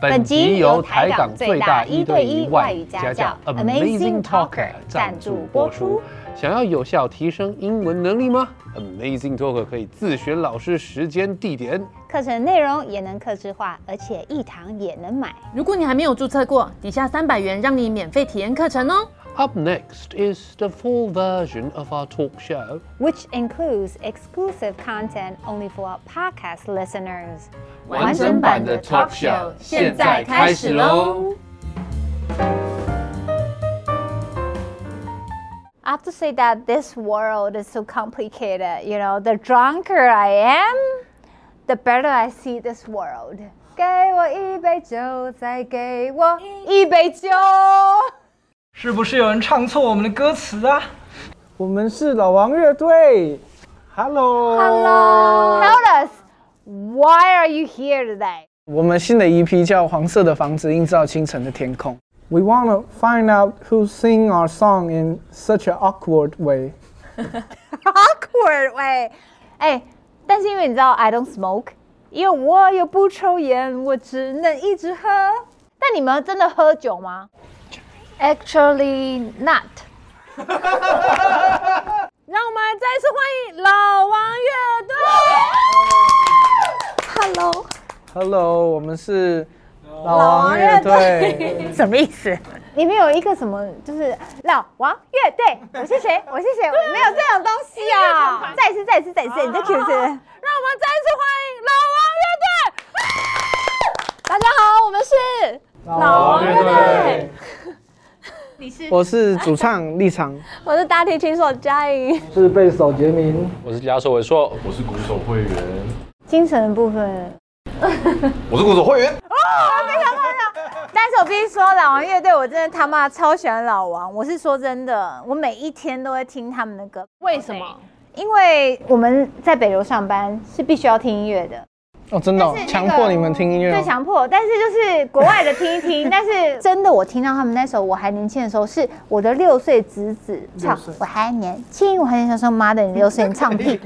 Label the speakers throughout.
Speaker 1: 本集由台港最大一对一外语家教 Amazing Talker 赞助播出。想要有效提升英文能力吗？Amazing Talker 可以自选老师、时间、地点。
Speaker 2: 课程内容也能客制化，而且一堂也能买。
Speaker 3: 如果你还没有注册过，底下三百元让你免费体验课程哦。
Speaker 1: Up next is the full version of our talk show.
Speaker 2: which includes exclusive content only for podcast listeners.
Speaker 3: 完整版的 talk show 现在开始喽。
Speaker 2: I have to say that this world is so complicated. You know, the drunker I am, the better I see this world. 给我一杯酒，再给我一杯酒。
Speaker 4: 是不是有人唱错我们的歌词啊？
Speaker 5: 我们是老王乐队，Hello。
Speaker 2: Tell us, why are you here today?
Speaker 5: 我们新的一批叫《黄色的房子映照清晨的天空》。We wanna find out who sing our song in such an awkward way。
Speaker 2: awkward way。哎，但是因为你知道 I don't smoke，因为我又不抽烟，我只能一直喝。但你们真的喝酒吗？Actually not 让我们再次欢迎老王乐队。Hello，
Speaker 5: Hello，我们是老王乐队。
Speaker 2: 什么意思？里面有一个什么，就是老王乐 队，我是谁？我是谁？我没有这种东西啊！再一次，再一次，再一次，你再 Q 一次。让我们再一次欢迎老王乐队。大家好，我们是
Speaker 5: 老
Speaker 2: 王乐队。
Speaker 5: 你是？我是主唱立场，
Speaker 2: 我是大提琴手佳颖。
Speaker 5: 是贝斯手杰明。
Speaker 6: 我是吉他手伟硕，
Speaker 7: 我是鼓手会员，
Speaker 2: 精神的部分，哦
Speaker 7: 我是鼓手会员。
Speaker 2: 但是我必须说，老王乐队我真的他妈超喜欢老王。我是说真的，我每一天都会听他们的歌，
Speaker 3: 为什么？
Speaker 2: 因为我们在北流上班是必须要听音乐的，
Speaker 5: 哦，真的哦
Speaker 2: 但是那个
Speaker 5: 强迫你们听音乐
Speaker 2: 对，
Speaker 5: 哦。
Speaker 2: 强迫。但是就是国外的听一 听，但是真的我听到他们那首我还年轻的时候，是我的六岁侄子唱我还年轻，我还年轻的时候，妈的你六岁你唱 屁！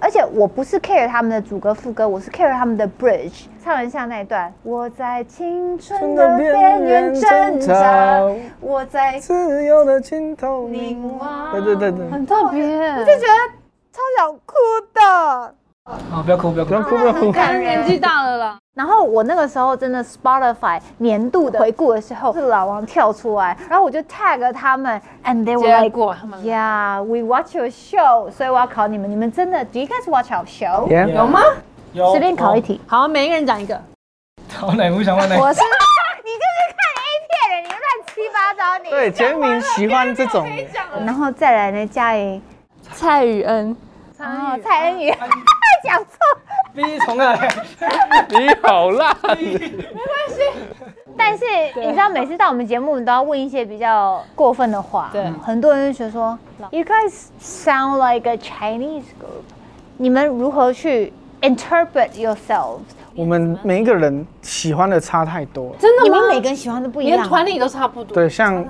Speaker 2: 而且我不是 care 他们的主歌副歌，我是 care 他们的 bridge。唱一下那一段，我在青春的边缘挣扎， 我在
Speaker 5: 自由的尽头，
Speaker 2: 凝望
Speaker 5: 对对对对，
Speaker 2: 很特别，我就觉得超想哭的。
Speaker 4: 啊，不要哭，不要哭
Speaker 5: 不。要哭不要哭。
Speaker 2: 感人。
Speaker 3: 纪大了啦，
Speaker 2: 然后我那个时候真的 Spotify 年度的回顾的时候，是老王跳出来，然后我就 tag 了他们，and they were
Speaker 3: 结
Speaker 2: like。
Speaker 3: 果他们
Speaker 2: Yeah, we watch your show，所以我要考你们，你们真的 Do you guys watch our show？
Speaker 5: Yeah，哦
Speaker 4: 有吗？有。哦
Speaker 2: 随便考一。题。
Speaker 3: 好，每一个人讲一个。
Speaker 4: 好，哪个我想问哪个？
Speaker 2: 我是， 你就是看 A 片的，你乱七八糟你。
Speaker 5: 对，杰明喜欢这种。
Speaker 2: 然后再来呢，佳莹，
Speaker 3: 蔡宇恩，
Speaker 2: 然后蔡恩宇， 讲错。
Speaker 4: B 重来。
Speaker 1: 你好烂！
Speaker 2: 但是你知道，每次到我们节目，我们都要问一些比较过分的话。
Speaker 3: 对
Speaker 2: 很多人就觉得说，You guys sound like a Chinese group。你们如何去 interpret yourselves？
Speaker 5: 我们每一个人喜欢的差太多了。
Speaker 3: 真
Speaker 2: 你
Speaker 3: 的吗
Speaker 2: 们？每个人喜欢的不一
Speaker 3: 连
Speaker 2: 样。啊
Speaker 3: 团里都差不多。哦
Speaker 5: 对，像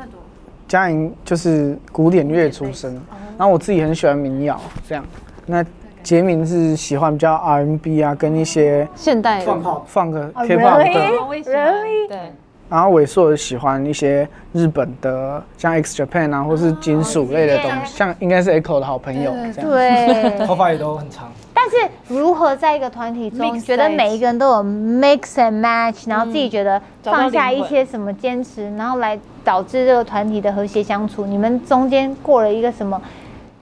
Speaker 5: 嘉莹就是古典乐出身，然后我自己很喜欢民谣这样。那杰明是喜欢比较 R&B 啊，跟一些
Speaker 3: 哦现代哦人
Speaker 5: 放个
Speaker 2: Oh,
Speaker 5: K-pop
Speaker 2: really？
Speaker 5: 的。
Speaker 3: 我也喜
Speaker 2: Really？
Speaker 3: 欢。对，
Speaker 5: 然后伟硕喜欢一些日本的，像 X Japan
Speaker 3: 哦
Speaker 5: 啊，或是金属类的东西，像应该是 Echo 的好朋友这样。
Speaker 2: 啊 对，
Speaker 4: 头发也都很长。
Speaker 2: 但是如何在一个团体中，
Speaker 3: Mix
Speaker 2: 觉得每一个人都有 mix and match，然后自己觉得放下一些什么坚持，然后来导致这个团体的和谐相处？你们中间过了一个什么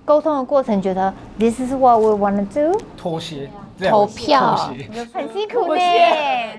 Speaker 2: 沟通的过程？觉得 this is what we wanna do，
Speaker 4: 拖鞋。投票。妥协
Speaker 2: 很辛苦呢。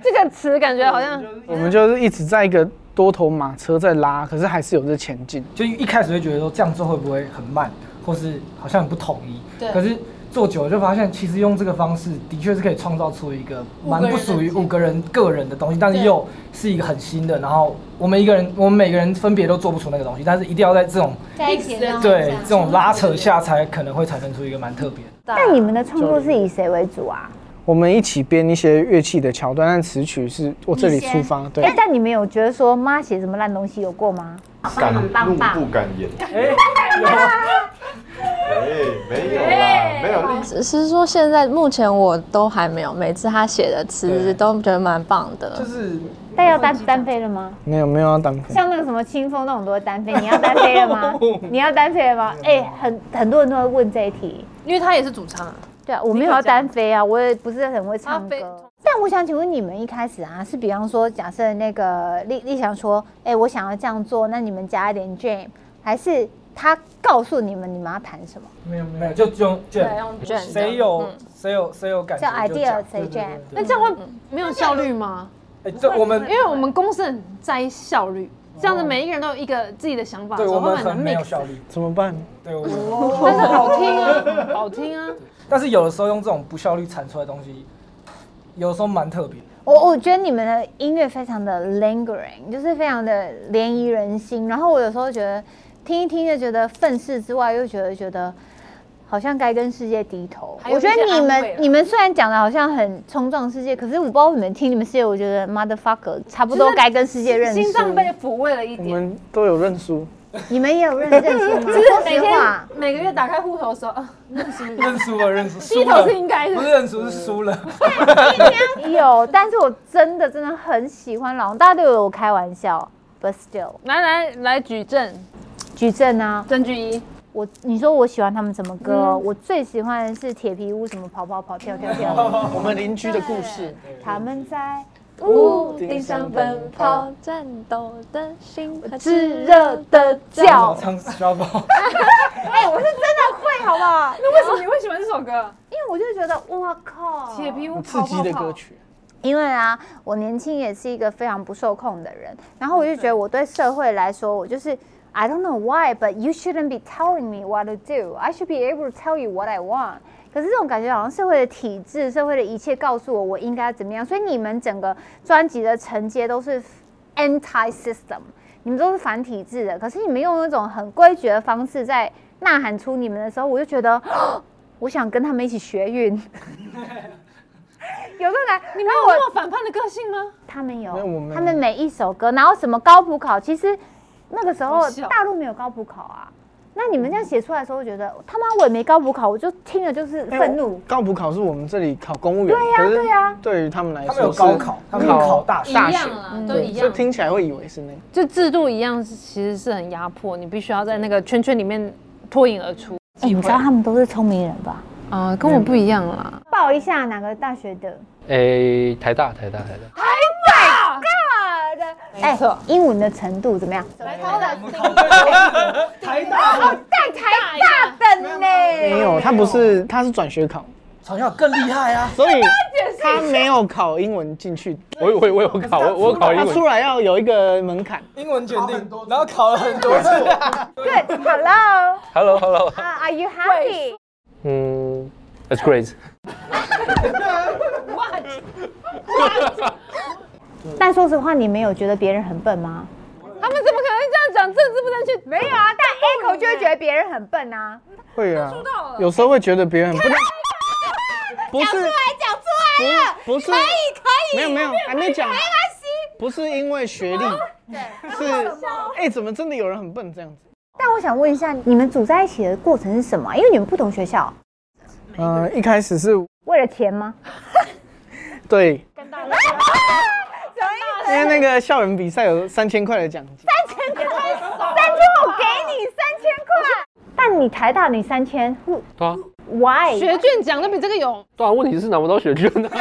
Speaker 3: 这个词感觉好像
Speaker 5: 我们就是一直在一个多头马车在拉，可是还是有这前进。
Speaker 4: 就一开始会觉得说这样做会不会很慢，或是好像很不统一。
Speaker 3: 对
Speaker 4: 可是做久了就发现，其实用这个方式的确是可以创造出一个蛮不属于五个人个人的东西，但是又是一个很新的。然后我们一个人，我们每个人分别都做不出那个东西，但是一定要在这种
Speaker 2: 在一起呢。
Speaker 4: 对这种拉扯下，才可能会产生出一个蛮特别的。
Speaker 2: 那你们的创作是以谁为主啊？
Speaker 5: 我们一起编一些乐器的桥段，但词曲是我这里出发。对
Speaker 2: 哎，，但你们有觉得说妈写什么烂东西有过吗？
Speaker 7: 敢怒不敢言。哎，没有啦，没有表力。
Speaker 6: 只是说现在目前我都还没有，每次他写的词
Speaker 4: 对
Speaker 6: 都觉得蛮棒的
Speaker 4: 就。是
Speaker 2: 但要单单飞了吗？
Speaker 5: 没有没有要单飞，
Speaker 2: 像那个什么清风那种都会单飞，你要单飞了 吗？你要单飞了吗？哎、很很多人都会问这一题。
Speaker 8: 因为他也是主唱啊。
Speaker 2: 对啊，我没有要单飞啊，我也不是很会唱
Speaker 8: 啊
Speaker 2: 歌
Speaker 8: 飞。
Speaker 2: 但我想请问你们一开始啊，是比方说，假设那个丽丽想说，哎、我想要这样做，那你们加一点 jam，还是他告诉你们你们要弹什么？
Speaker 4: 没有没有，就就
Speaker 6: 对
Speaker 4: 卷，
Speaker 6: 用卷的
Speaker 4: 谁有
Speaker 6: 嗯
Speaker 4: 谁有谁有感觉
Speaker 2: 叫
Speaker 4: 就
Speaker 2: idea，
Speaker 4: 讲
Speaker 2: 谁
Speaker 4: 对对
Speaker 2: 卷
Speaker 4: 对对
Speaker 8: 那这样会没有效率吗？
Speaker 4: 哎，这我们
Speaker 8: 因为我们公司很在意效率，这样子每一个人都有一个自己的想法，
Speaker 4: 对我们
Speaker 8: 会
Speaker 4: 很
Speaker 8: 很
Speaker 4: 没有
Speaker 8: mix，
Speaker 4: 效率，
Speaker 5: 怎么办？
Speaker 4: 对我们。
Speaker 8: 但是好听啊， 好听啊。
Speaker 4: 但是有的时候用这种不效率产出来的东西，有的时候蛮特别。
Speaker 2: 我我觉得你们的音乐非常的 lingering，就是非常的涟漪人心。然后我有时候觉得听一听就觉得愤世之外，又觉得觉得好像该跟世界低头。
Speaker 8: 还有
Speaker 2: 我觉得
Speaker 8: 一些
Speaker 2: 你
Speaker 8: 安慰
Speaker 2: 们
Speaker 8: 啦
Speaker 2: 你们虽然讲的好像很冲撞世界，可是我不知道你们听你们世界，我觉得 motherfucker 差不多该跟世界认输。
Speaker 8: 心脏被抚慰了一
Speaker 5: 我
Speaker 8: 点。
Speaker 5: 们都有认输，
Speaker 2: 你们也有认认输吗？
Speaker 8: 就是
Speaker 2: 说
Speaker 8: 每
Speaker 2: 实
Speaker 8: 天
Speaker 2: 话，
Speaker 8: 每个月打开户头的时候，啊，
Speaker 4: 认输了，认输，
Speaker 8: 低
Speaker 4: 输
Speaker 8: 头
Speaker 4: 了
Speaker 8: 是应该
Speaker 4: 不是
Speaker 8: 的。
Speaker 4: 认输是输了。
Speaker 2: 有，但是我真的真的很喜欢老王，大家对我有开玩笑，but still
Speaker 8: 来来来，举证，
Speaker 2: 矩阵啊，
Speaker 8: 证据一，
Speaker 2: 我你说我喜欢他们什么歌哦？我最喜欢的是铁皮屋，什么跑跑跑跳跳跳，
Speaker 5: 哦
Speaker 3: 我们邻居的故事，
Speaker 2: 他们在
Speaker 6: 屋顶上奔跑，战斗的心和
Speaker 2: 炙
Speaker 6: 炙热
Speaker 2: 热的 叫。
Speaker 4: 唱 struggle，
Speaker 2: 哎，我是真的会，好不好？
Speaker 8: 那为什么你会喜欢这首歌？
Speaker 2: 因为我就觉得，哇靠，
Speaker 8: 铁皮屋
Speaker 3: 刺激的歌。曲，
Speaker 2: 因为啊，我年轻也是一个非常不受控的人，然后我就觉得我对社会来说，我就是 I don't know why, but you shouldn't be telling me what to do. I should be able to tell you what I want. 可是这种感觉好像社会的体制、社会的一切告诉我我应该怎么样，所以你们整个专辑的承接都是 anti system，你们都是反体制的。可是你们用那种很规矩的方式在呐喊出你们的时候，我就觉得 我想跟他们一起学运。 有时候来，
Speaker 8: 你们有那么反叛的个性吗？
Speaker 2: 他们有，
Speaker 5: 没有我没有
Speaker 2: 他们每一首歌，然后什么高普考，其实那个时候
Speaker 8: 好笑
Speaker 2: 大陆没有高普考啊。那你们这样写出来的时候，我觉得他妈我也没高普考，我就听了就是愤怒。
Speaker 5: 高普考是我们这里考公务员，对
Speaker 2: 呀对呀，
Speaker 5: 对于他们来说
Speaker 4: 他们有
Speaker 5: 是
Speaker 4: 高考，他们有考大
Speaker 8: 一
Speaker 4: 学。
Speaker 5: 大学
Speaker 8: 样啊，都
Speaker 5: 对
Speaker 8: 一
Speaker 5: 所以
Speaker 8: 样。
Speaker 5: 听起来会以为是那个。
Speaker 8: 就制度一样，其实是很压迫，你必须要在那个圈圈里面脱颖而出。
Speaker 2: 哎、你知道他们都是聪明人吧？
Speaker 8: 啊、跟我不一样啦。
Speaker 2: 报一下哪个大学的？
Speaker 1: 哎， 台大，台大，台大。
Speaker 2: 哎、英文的程度怎么样？
Speaker 4: 台大
Speaker 2: 在台大的呢。
Speaker 5: 啊没有，他不是，他是转学考，
Speaker 4: 好像更厉害啊！
Speaker 5: 所以他没有考英文进去，
Speaker 1: 我有我有我有考，我我有考英
Speaker 5: 他
Speaker 1: 文。
Speaker 5: 出来要有一个门槛。
Speaker 4: 英文检定，然后考了很多次。
Speaker 2: Good, hello,
Speaker 1: Hello Hello，
Speaker 2: uh, are you happy?
Speaker 1: 嗯，That's great。
Speaker 2: 但说实话，你们有觉得别人很笨吗？
Speaker 8: 他们怎么可能这样讲政治不正确？
Speaker 2: 没有啊，但 Echo 就会觉得别人很笨啊。
Speaker 5: 会啊，有时候会觉得别人 很不能，
Speaker 2: 讲
Speaker 5: 不是
Speaker 2: 出来了。
Speaker 5: 不啊是，可以可以，没哎有没有，还没讲，没关系，不是因为学历，是哎，怎么真的有人很笨这样子？
Speaker 2: 但我想问一下，你们组在一起的过程是什么？因为你们不同学校，
Speaker 5: 呃，一开始是
Speaker 2: 为了钱吗？
Speaker 5: 对， 因为那个校园比赛有三千块的奖金，
Speaker 2: 三千块，三千我给你三千块。但你台大你三千
Speaker 1: 对啊，
Speaker 2: ，why？
Speaker 8: 学卷讲的比这个有，
Speaker 1: 对啊，问题是拿不到啊学券的。
Speaker 2: 但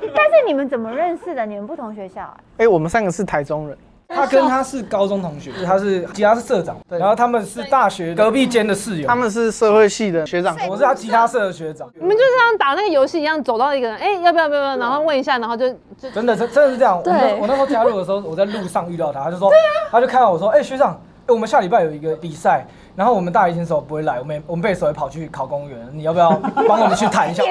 Speaker 2: 是你们怎么认识的？你们不同学校、啊？
Speaker 5: 哎，我们三个是台中人，
Speaker 4: 他跟他是高中同学，他是吉他是社长，然后他们是大学隔壁间的室友
Speaker 5: 他。们是社会系的学长，
Speaker 4: 我是他吉他社的学长，
Speaker 8: 你们就像打那个游戏一样，走到一个人，哎、要不要，要不
Speaker 4: 啊
Speaker 8: 要，然后问一下，然后就就
Speaker 4: 真的，真真的是这样。我
Speaker 6: 对
Speaker 4: 那我那时候加入的时候，我在路上遇到他，他就说，他就看到我说，哎、学长，哎、我们下礼拜有一个比赛，然后我们大一新手不会来，我们我们贝手也跑去考公务员，你要不要帮我们去谈一 下？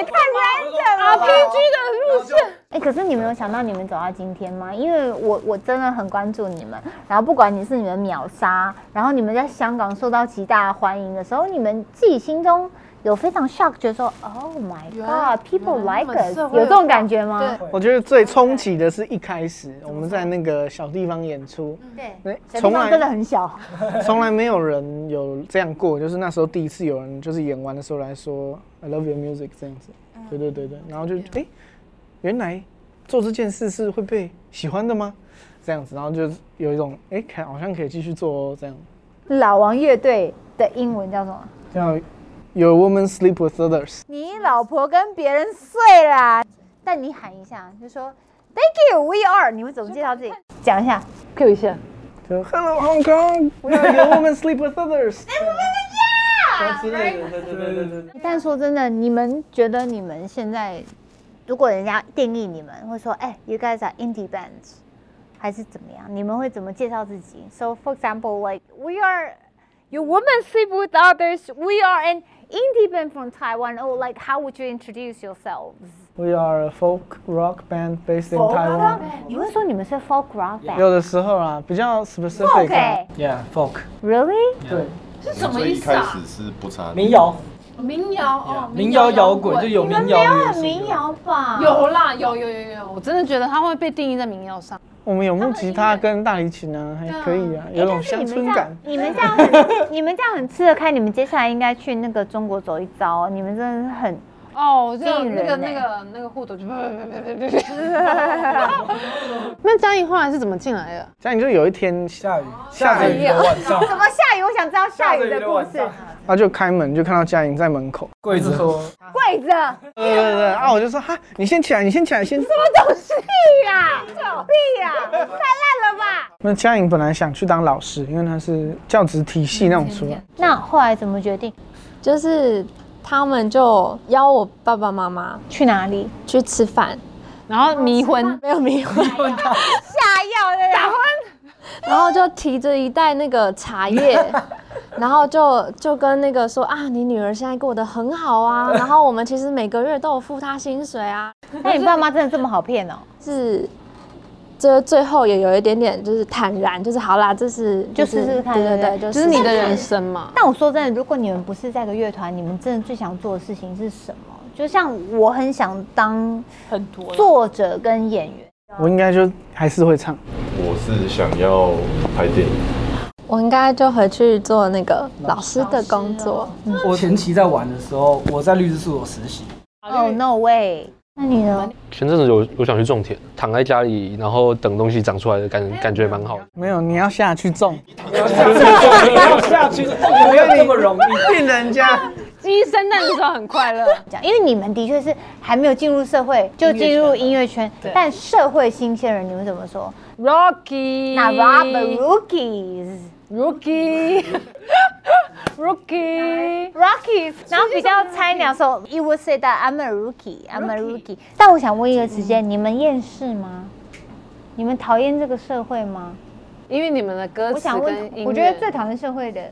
Speaker 8: RPG 的路线。
Speaker 2: 哎、可是你没有想到你们走到今天吗？因为我我真的很关注你们，然后不管你是你们秒杀，然后你们在香港受到极大的欢迎的时候，你们自己心中有非常 shock，觉得说 Oh my
Speaker 3: 原来
Speaker 2: God，people
Speaker 3: 原来
Speaker 2: like
Speaker 3: 那么
Speaker 2: us，
Speaker 3: 社会
Speaker 2: 有这种
Speaker 3: 化
Speaker 2: 感觉吗？
Speaker 5: 我觉得最冲击的是一开始我们在那个小地方演出，
Speaker 2: 对
Speaker 5: 那
Speaker 2: 小地
Speaker 5: 从
Speaker 2: 方
Speaker 5: 来
Speaker 2: 真的很小，
Speaker 5: 从来没有人有这样过，就是那时候第一次有人就是演完的时候来说 I love your music 这样子，对对对对，然后就哎、诶原来做这件事是会被喜欢的吗？这样子，然后就有一种哎、诶看好像可以继续做哦，这样
Speaker 2: 老王乐队的英文叫什么？
Speaker 5: 叫 Your woman sleep with others，
Speaker 2: 你老婆跟别人睡啦，但你喊一下就说 Thank you, we are。你们怎么介绍自己？讲一下。
Speaker 8: Q 一下，
Speaker 5: 就 Hello Hong Kong，We are your woman sleep with others，之类的，对对对对对。
Speaker 2: 但说真的，你们觉得你们现在，如果人家定义你们，会说，哎、y o u guys are indie bands，还是怎么样？你们会怎么介绍自己？So for example, like we are, you women sleep with others. We are an indie band from Taiwan. Oh, like how would you introduce yourselves?
Speaker 5: We are a folk rock band based in Taiwan。
Speaker 2: 你会说你们是 folk rock band？
Speaker 5: 有的时候啊，比较 specific
Speaker 2: OK,
Speaker 5: 啊、
Speaker 4: Yeah，folk，
Speaker 2: really?
Speaker 4: 对，
Speaker 7: 是什么意思、啊？最一开始是不差
Speaker 4: 民谣，
Speaker 3: 民谣哦，
Speaker 4: 哦民谣摇滚就有民谣，也有啊
Speaker 2: 民谣吧？
Speaker 3: 有啦，有有有有，
Speaker 8: 我真的觉得他会被定义在民谣上。
Speaker 5: 我们有木吉他跟大提琴啊，还可以
Speaker 2: 哎
Speaker 5: 啊，有种乡村感。
Speaker 2: 你 们这样，很，你们这样很吃得开。你们接下来应该去那个中国走一遭哦，你们真的是很
Speaker 8: 哦，就
Speaker 2: 定
Speaker 8: 那个
Speaker 2: 人
Speaker 8: 那
Speaker 2: 欸
Speaker 8: 个那个护头就 那嘉颖后来是怎么进来的？
Speaker 5: 这样就有一天
Speaker 4: 下雨，下着雨的晚 上，
Speaker 2: 怎么下雨？我想知道下雨的故事。
Speaker 5: 他就开门，就看到佳颖在门口。
Speaker 4: 柜子说
Speaker 2: 跪着，什
Speaker 5: 对对对，啊，我就说哈，你先起来，你先起来，先。
Speaker 2: 么东西呀？啊屁 呀！太烂了吧！
Speaker 5: 那佳颖本来想去当老师，因为她是教职体系那种出来。
Speaker 2: 那后来怎么决定
Speaker 6: 就是他们就邀我爸爸妈妈
Speaker 2: 去哪 里
Speaker 6: 去吃饭，
Speaker 8: 然后迷 魂，
Speaker 6: 没有迷糊，
Speaker 2: 下药的？打
Speaker 6: 然后就提着一袋那个茶叶，然后就就跟那个说啊，你女儿现在过得很好啊，然后我们其实每个月都有付她薪水啊，
Speaker 2: 那你爸妈真的这么好骗哦？
Speaker 6: 是，这最后也有一点点就是坦然，就是好啦，这是
Speaker 2: 就试试看
Speaker 6: 对
Speaker 2: 对不对
Speaker 6: 对，就
Speaker 8: 就是你的人生嘛。
Speaker 2: 但我说真的，如果你们不是在一个乐团，你们真的最想做的事情是什么？就像我很想当
Speaker 8: 很多
Speaker 2: 作者跟演员。
Speaker 5: 我应该就还是会唱。
Speaker 7: 我是想要拍电影，
Speaker 6: 我应该就回去做那个老师的工作。
Speaker 4: 我前期在玩的时候，我在律师事务所实习，
Speaker 2: Oh no way！那你呢？
Speaker 9: 前阵子有有想去种田，躺在家里，然后等东西长出来的感感觉蛮好的。
Speaker 5: 没有，你要下去 种，
Speaker 4: 要下去没有那么 容易。
Speaker 5: 骗人家。
Speaker 8: 鸡生蛋的时候很快乐，
Speaker 2: 讲，因为你们的确是还没有进入社会就进入音乐圈，但社会新鲜人，你们怎么说？
Speaker 8: Rocky，
Speaker 2: 那 Rob the Rookies。
Speaker 8: Rocky，Rocky，
Speaker 2: Rocky，然后比较菜鸟的时候，You would say that I'm a rookie, I'm a rookie。但我想问一个时间，你们厌世吗？你们讨厌这个社会吗？
Speaker 8: 因为你们的歌
Speaker 2: 我
Speaker 8: 词
Speaker 2: 想问
Speaker 8: 跟音，乐，
Speaker 2: 我觉得最讨厌社会的，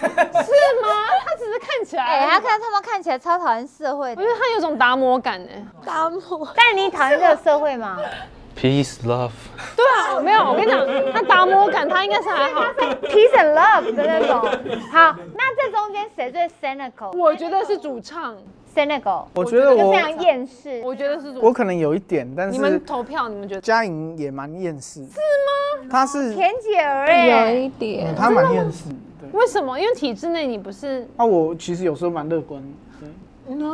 Speaker 8: 是吗？ 他只是看起来，
Speaker 2: 哎，他看他们看起来超讨厌社会的
Speaker 8: 我觉，得他有种达摩感哎。
Speaker 6: 达摩，
Speaker 2: 但你讨厌这个社会吗？
Speaker 9: Peace, love。
Speaker 8: 对 啊，没有，我跟你讲，他达摩感他应该是还好，
Speaker 2: peace and love 的那种。好，那这中间谁最 cynical？
Speaker 8: 我觉得是主唱，
Speaker 2: cynical，
Speaker 5: 我觉得
Speaker 2: 就
Speaker 5: 我
Speaker 2: 非常厌世。
Speaker 8: 我觉得是主
Speaker 5: 我可能有一点，但
Speaker 8: 你们
Speaker 5: 是
Speaker 8: 投票，你们觉得？
Speaker 5: 佳颖也蛮厌世。是吗？哦她是，
Speaker 2: 田姐儿
Speaker 6: 有
Speaker 2: 哎，
Speaker 6: 一点，
Speaker 5: 她蛮厌世的。对。
Speaker 8: 为什么？因为体制内你不是
Speaker 5: 啊，我其实有时候蛮乐观的。
Speaker 6: 因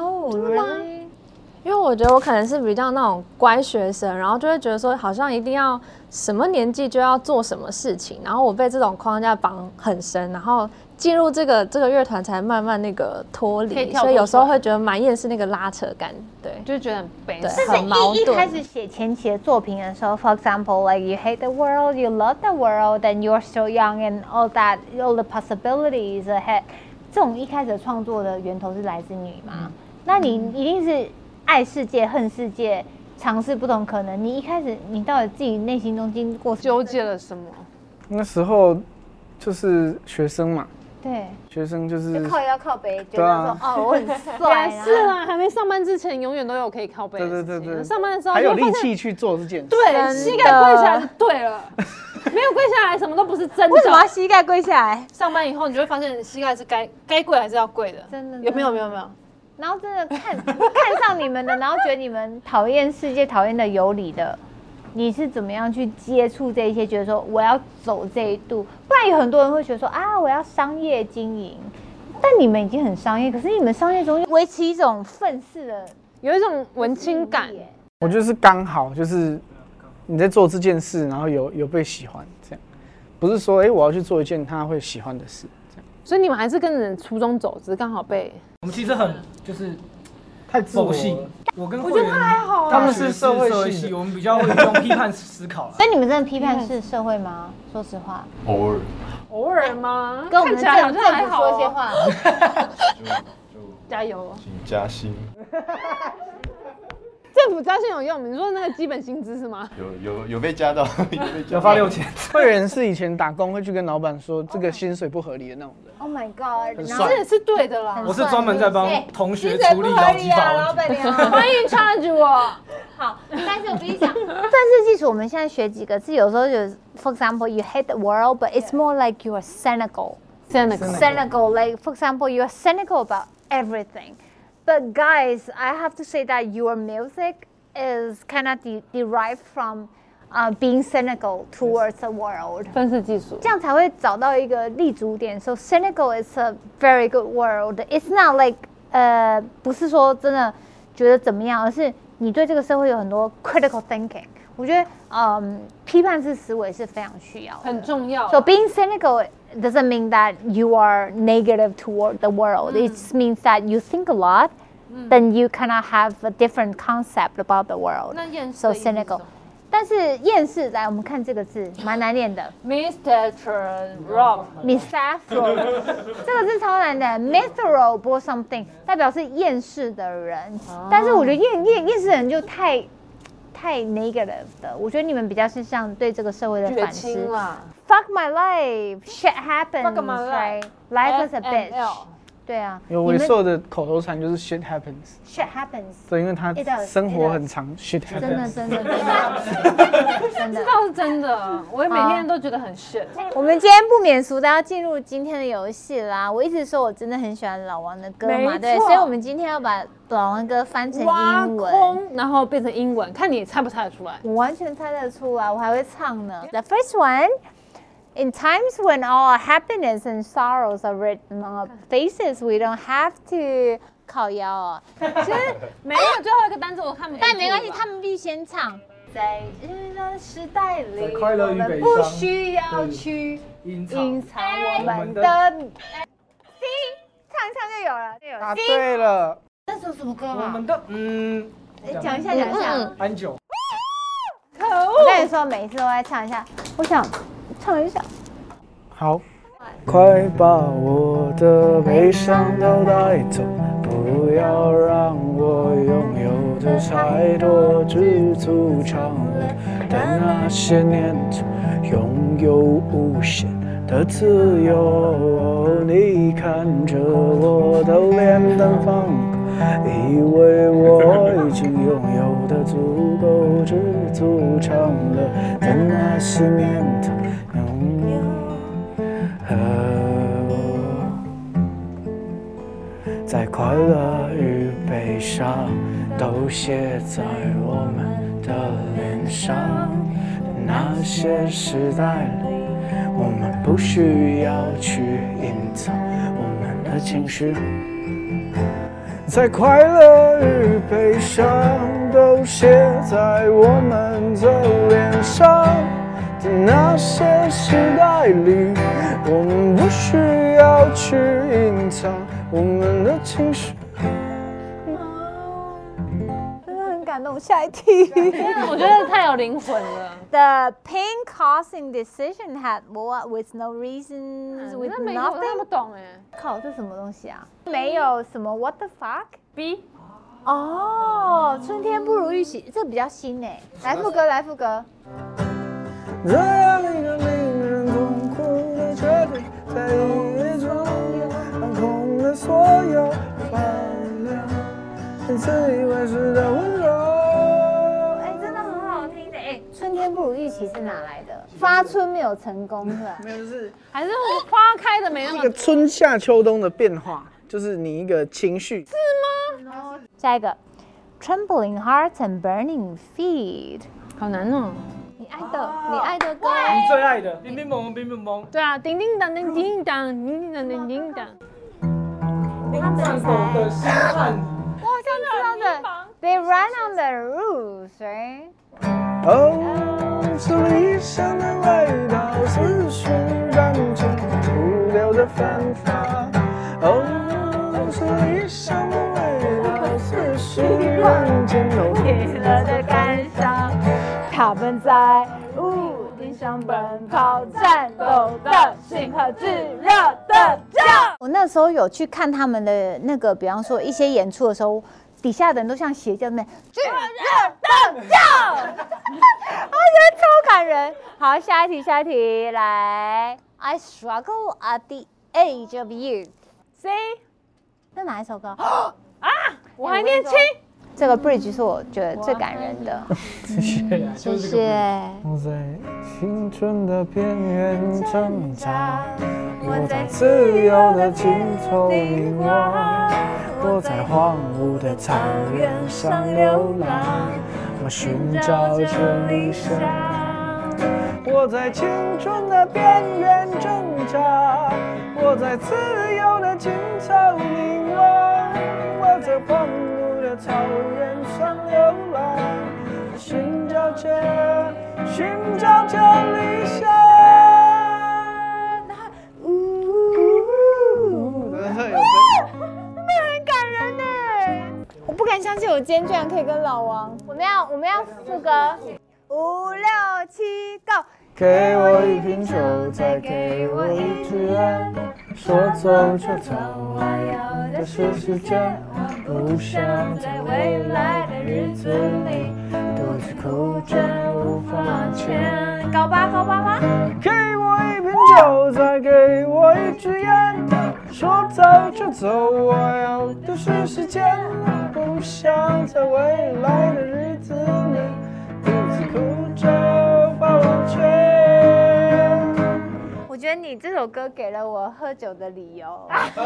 Speaker 6: 为我觉得我可能是比较那种乖学生，然后就会觉得说好像一定要什么年纪就要做什么事情，然后我被这种框架绑很深，然后进入这个这个乐团才慢慢那个脱
Speaker 8: 可以
Speaker 6: 离，
Speaker 8: 跳脱
Speaker 6: 所以有时候
Speaker 8: 出来
Speaker 6: 会觉得蛮厌世那个拉扯感，对。
Speaker 8: 就觉得很悲
Speaker 6: 对
Speaker 8: 伤。
Speaker 2: 但是
Speaker 6: 很矛
Speaker 2: 一一
Speaker 6: 盾
Speaker 2: 开始写前期的作品的时候，for example like you hate the world, you love the world, and you're so young and all that, all the possibilities ahead。这种一开始的创作的源头是来自你吗？那你一定是爱世界、恨世界，尝试不同可能。你一开始你到底自己内心中经过什么
Speaker 8: 纠结了什么？
Speaker 5: 那时候就是学生嘛，
Speaker 2: 对，
Speaker 5: 学生就是
Speaker 2: 就靠腰靠北，觉
Speaker 5: 对
Speaker 2: 得
Speaker 5: 啊
Speaker 2: 说哦我很帅啊，
Speaker 8: 是啊，还没上班之前，永远都有可以靠背的
Speaker 5: 对
Speaker 8: 事
Speaker 5: 对
Speaker 8: 情。啊
Speaker 5: 对对，
Speaker 8: 上班的时候
Speaker 5: 还有
Speaker 8: 就发
Speaker 5: 力
Speaker 8: 现
Speaker 5: 气去做这件事。
Speaker 8: 对，膝盖跪下来就对了，没有跪下来什么都不是真的。
Speaker 2: 为什么要膝盖跪下来？
Speaker 8: 上班以后你就会发现膝盖是该该跪还是要跪的？
Speaker 2: 真的
Speaker 8: 有没有没有没有，
Speaker 2: 然后真的看 看上你们的，然后觉得你们讨厌世界、讨厌的有理的，你是怎么样去接触这一些？觉得说我要走这一度，不然有很多人会觉得说啊，我要商业经营。但你们已经很商业，可是你们商业中维持一种愤世的
Speaker 8: 有一种文青感。
Speaker 5: 我就是刚好就是你在做这件事，然后有有被喜欢这样，不是说哎、我要去做一件他会喜欢的事这样，
Speaker 8: 所以你们还是跟着初衷走，只是刚好被
Speaker 4: 我们其实很就是
Speaker 5: 太自我
Speaker 4: 佛
Speaker 5: 了
Speaker 4: 系。我跟
Speaker 8: 我觉得
Speaker 4: 慧媛
Speaker 8: 还好啊
Speaker 4: 他们是社会
Speaker 5: 社会系
Speaker 4: 系，我们比较会用批判思考啦。
Speaker 2: 但哎你们真的批判是社会吗？说实话，
Speaker 7: 偶尔
Speaker 8: 偶尔吗？
Speaker 2: 跟我们
Speaker 8: 看起
Speaker 2: 政
Speaker 8: 来好
Speaker 2: 政
Speaker 8: 像还
Speaker 2: 府
Speaker 8: 好
Speaker 2: 说些
Speaker 8: 哦。
Speaker 2: 话。
Speaker 7: 就就
Speaker 8: 加油！
Speaker 7: 请加薪，
Speaker 8: 政府加薪有用？你说那个基本薪资是吗？
Speaker 7: 有有有被加到，有被加
Speaker 4: 有
Speaker 7: 到
Speaker 4: 发六千，
Speaker 5: 会员是以前打工会去跟老板说这个薪水不合理的那种人，
Speaker 2: Oh my god！然后
Speaker 5: 帅
Speaker 8: 这也是对的啦。
Speaker 4: 我是专门在帮
Speaker 2: 哎
Speaker 4: 同学
Speaker 2: 薪水
Speaker 4: 处
Speaker 2: 不
Speaker 4: 理
Speaker 2: 合
Speaker 4: 劳基
Speaker 2: 理啊，
Speaker 4: 法
Speaker 2: 老
Speaker 4: 问题。
Speaker 2: 板 娘。
Speaker 8: 欢迎 charge 我。
Speaker 2: 好， 但是我跟你讲，政治技术我们现在学几个字，有时候就是，for example, you hate the world, but it's more like you are cynical. cynical. Like, for example, you are cynical about everything. But guys, I have to say that your music is kind of de- derived from uh, being cynical towards the world.
Speaker 8: 分式技术
Speaker 2: 这样才会找到一个立足点。So cynical is a very good word. It's not like 呃，不是说真的觉得怎么样，而是你对这个社会有很多 critical thinking。我觉得，嗯，批判式思维是非常需要的，
Speaker 8: 很重要啊。
Speaker 2: So being cynical doesn't mean that you are negative toward the world.
Speaker 8: Mm.
Speaker 2: It just means that you think a lot, then you kind of have a different concept about the world.
Speaker 8: 那厌世
Speaker 2: So
Speaker 8: 的意思是什
Speaker 2: cynical.
Speaker 8: 么
Speaker 2: 但是厌世，来我们看这个字，蛮难念的
Speaker 8: Mr. Rob，
Speaker 2: ，misanthrope，这个字超难的，misanthrope or something，代表是厌世的人。
Speaker 8: 哦
Speaker 2: 但是我觉得厌厌厌世的人就太太 negative 的，我觉得你们比较是像对这个社会的
Speaker 8: 绝
Speaker 2: 反思
Speaker 8: 亲。啦。
Speaker 2: Fuck my life, shit happens.
Speaker 8: Fuck my life.
Speaker 2: right? Life is a bitch.
Speaker 8: FML
Speaker 2: 对啊，
Speaker 5: 有
Speaker 2: 你
Speaker 5: 维
Speaker 2: 们
Speaker 5: 受的口头禅就是 shit happens，
Speaker 2: shit happens，
Speaker 5: 对，因为他
Speaker 2: It does,
Speaker 5: 生
Speaker 2: it does
Speaker 5: 活很长 shit
Speaker 2: 真的
Speaker 5: happens，
Speaker 2: 真的真的 真的
Speaker 8: 这。倒是真的，我也每天都觉得很 shit。
Speaker 2: 我们今天不免俗的要进入今天的游戏啦。我一直说我真的很喜欢老王的歌嘛，
Speaker 8: 没
Speaker 2: 对，
Speaker 8: 错
Speaker 2: 所以我们今天要把老王的歌翻成
Speaker 8: 挖
Speaker 2: 英文。
Speaker 8: 空，然后变成英文，看你猜不猜得出来。
Speaker 2: 我完全猜得出来，我还会唱呢。The first one. In times when all our happiness and sorrows are written on our faces, we don't have to 靠腰哦。
Speaker 8: 没有最后一个单词，我看不清楚吧。
Speaker 2: 但没关系，他们必须先唱。在日的时代里，
Speaker 4: 在快乐
Speaker 2: 我
Speaker 4: 与
Speaker 2: 们
Speaker 4: 悲
Speaker 2: 不
Speaker 4: 伤
Speaker 2: 需要
Speaker 4: 对
Speaker 2: 去
Speaker 4: 隐藏
Speaker 2: 隐藏我
Speaker 4: 我
Speaker 2: 们
Speaker 4: 们
Speaker 2: 的
Speaker 4: 的
Speaker 2: C，唱一唱就有了，就有
Speaker 5: 答
Speaker 2: C。
Speaker 5: 对了，
Speaker 2: 那首什么歌
Speaker 4: 我
Speaker 2: 啊？
Speaker 4: 们的嗯，
Speaker 2: 讲一下，哎讲一下。
Speaker 4: 安久，
Speaker 2: 我跟你说，每一次都会唱一下。我想唱 一下。
Speaker 5: 好，快把我的悲伤都带走，不要让我拥有的太多，知足常乐的那些年头，拥有无限的自由。你看着我的脸蛋放光，以为我已经拥有的足够，知足常乐的那些年头，拥有。和我，在快乐与悲伤都写在我们的脸上。那些时代里，我们不需要去隐藏我们的情绪，在快乐与悲伤都写在我们的脸上。在那些时代里，我们不需要去隐藏我们的情绪。
Speaker 2: 真的很感动。下一题。
Speaker 8: 我觉得太有灵魂了。
Speaker 2: The pain causing decision had war with no reasons, with
Speaker 8: 那没有，我看
Speaker 2: nothing.
Speaker 8: 不懂
Speaker 6: 欸
Speaker 8: 哎。
Speaker 2: 靠，这什么东西啊？没有什么 What the fuck？
Speaker 8: B
Speaker 2: 哦，春天不如预期，这个比较新哎。来副歌，来副歌。
Speaker 5: 这样一个令人痛苦的决定，在一夜中掌控了所有烦恼，自以为是的温柔。
Speaker 2: 哎，真的很好听的哎。春天不如预期是哪来的？发春没有成功是吧？
Speaker 5: 没有，就是
Speaker 8: 还是花开的没那
Speaker 5: 这
Speaker 8: 么
Speaker 5: 个春夏秋冬的变化，就是你一个情绪。
Speaker 8: 吗？
Speaker 2: 难哦。 下一个，Trembling Hearts and Burning Feet，
Speaker 8: 好难哦。
Speaker 2: 你爱的，你爱的歌。
Speaker 4: 你最爱的，冰冰蒙冰冰蒙，
Speaker 8: 对啊，叮叮当叮叮当，叮叮当叮叮当。
Speaker 4: 颤抖的心汉，
Speaker 2: 我好像知道的，They run on the roof，谁？哎
Speaker 5: 哦，是理想的味道，是旋转中徒留的芬芳。哦，是理想的味道，是虚幻间留
Speaker 2: 给了的感伤。他们在屋顶上奔跑，战斗的心和炙热的脚。我那时候有去看他们的那个，比方说一些演出的时候，底下的人都像邪教那样炙热的脚，我觉得超感人。好，下一题，下一题，来，I struggle at the age of you。
Speaker 8: C
Speaker 2: 这哪一首歌？
Speaker 8: 啊，我还年轻。
Speaker 2: 这个 bridge 是我觉得最感人的，
Speaker 4: 谢谢，
Speaker 2: 谢谢。
Speaker 5: 我在青春的边缘挣扎，我在自由的尽头凝望，我在荒芜的草原上流浪，我寻找着理想。我在青春的边缘挣扎，我在自由的尽头凝望，我在荒芜的草原上流浪，寻找着，寻找着理想。
Speaker 2: 呜，那很感人呢！我不敢相信我今天居然可以跟老王。我们要我们要副歌，五六七 go。
Speaker 5: 给我一瓶酒，再给我一支烟，说走就走，我要的是时间。不想在未来的日子里独自哭着无法前。
Speaker 2: 高八高八八，
Speaker 5: 给我一瓶酒，再给我一支烟，说走就走，我要的是时间。不想在未来的日子里独自哭着抱歉。
Speaker 2: 我觉得你这首歌给了我喝酒的理由，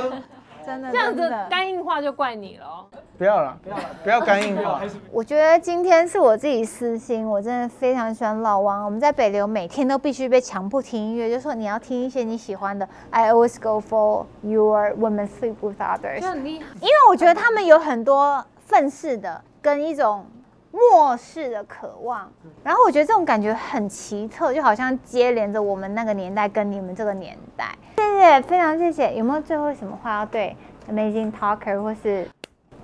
Speaker 2: 真的
Speaker 8: 这样子
Speaker 2: 真的
Speaker 8: 肝硬化就怪你了哦。
Speaker 5: 不要了，不要了，不要干硬化。
Speaker 2: 我觉得今天是我自己私心，我真的非常喜欢老王。我们在北流每天都必须被强迫听音乐，就说你要听一些你喜欢的。I always go for your women sleep with others，
Speaker 8: 这很厉害。
Speaker 2: 因为我觉得他们有很多愤世的跟一种漠视的渴望，然后我觉得这种感觉很奇特，就好像接连着我们那个年代跟你们这个年代。谢谢，非常谢谢。有没有最后什么话要对 Amazing Talker 或是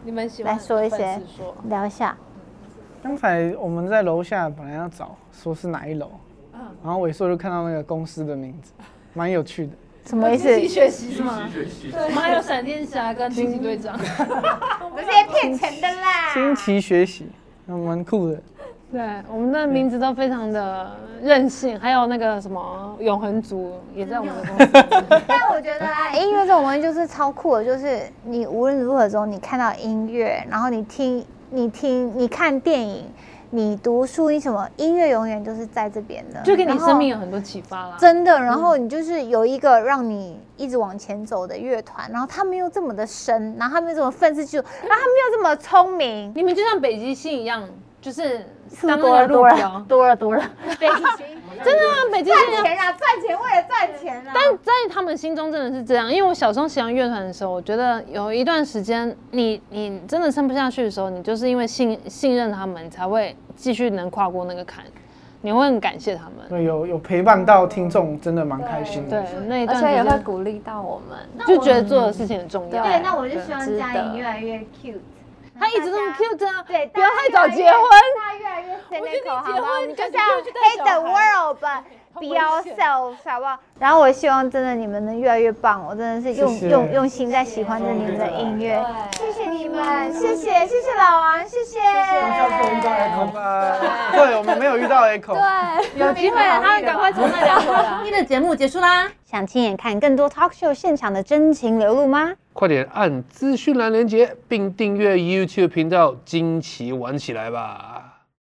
Speaker 8: 你们喜
Speaker 2: 来
Speaker 8: 欢
Speaker 2: 说一
Speaker 8: 粉
Speaker 2: 些
Speaker 8: 丝说
Speaker 2: 聊一下？
Speaker 5: 刚才我们在楼下本来要找说是哪一楼，然后伟硕就看到那个公司的名字，蛮有趣的。
Speaker 2: 什么意思？
Speaker 8: 自己学习是吗？我们还有闪电侠跟惊奇队长。
Speaker 2: 这些骗钱的啦。
Speaker 5: 新奇学习，蛮酷的。
Speaker 8: 对，我们的名字都非常的任性，还有那个什么永恒族也在我们的公司。
Speaker 2: 但我觉得啊，音乐这种东西就是超酷的，就是你无论如何中，你看到音乐，然后你听，你听，你看电影，你读书，你什么音乐永远就是在这边的，
Speaker 8: 就给你
Speaker 2: 然后
Speaker 8: 生命嗯有很多启发啦。
Speaker 2: 真的，然后你就是有一个让你一直往前走的乐团，然后他们又这么的深，然后他们又这么愤世嫉俗，然后他们又这么聪明，
Speaker 8: 你们就像啊北极星一样，就是
Speaker 2: 是不是
Speaker 8: 当那
Speaker 2: 多
Speaker 8: 个
Speaker 2: 了
Speaker 8: 路
Speaker 2: 多了
Speaker 8: 标。
Speaker 2: 多了 多了，对，
Speaker 8: 真的啊，北极星一
Speaker 2: 赚
Speaker 8: 样。
Speaker 2: 钱啦，赚钱为了赚钱啊啦。
Speaker 8: 但在他们心中真的是这样，因为我小时候喜欢乐团的时候，我觉得有一段时间，你你真的撑不下去的时候，你就是因为信信任他们，你才会继续能跨过那个坎，你会很感谢他们。
Speaker 5: 对，有有陪伴到听众，真的蛮开心的。
Speaker 8: 对，那一
Speaker 6: 而
Speaker 8: 段
Speaker 6: 且也会
Speaker 8: 时
Speaker 6: 鼓励到我们。
Speaker 8: 间就觉得做的事情很重要。
Speaker 2: 对，那我就希望
Speaker 6: 值
Speaker 2: 嘉
Speaker 6: 得
Speaker 2: 颖越来越 cute。
Speaker 8: 他一直这么 cute 啊，
Speaker 2: 对，
Speaker 8: 不要太早结婚。
Speaker 2: 大家越来越 c e l e
Speaker 8: 觉得
Speaker 2: b
Speaker 8: 你
Speaker 2: 好
Speaker 8: 结
Speaker 2: 不好？
Speaker 8: 婚
Speaker 2: 你就
Speaker 8: 感
Speaker 2: 这
Speaker 8: 觉
Speaker 2: 样
Speaker 8: 就去带
Speaker 2: hate
Speaker 8: 小
Speaker 2: the
Speaker 8: 孩
Speaker 2: world but
Speaker 8: 危
Speaker 2: be yourself 好不好？然后我希望真的你们能越来越棒，我真的是用
Speaker 5: 谢
Speaker 2: 用用心在喜欢着你们的音乐，谢谢你们，谢谢谢谢老王，谢谢。
Speaker 5: 遇到 echo 吧，对我们没有遇到 echo。
Speaker 8: 有机会啊，他赶快从那两回来。
Speaker 3: 今天的节目结束啦。
Speaker 2: 想亲眼看更多 talk show 现场的真情流露吗？
Speaker 1: 快点按资讯栏连接，并订阅 YouTube 频道，惊奇玩起来吧！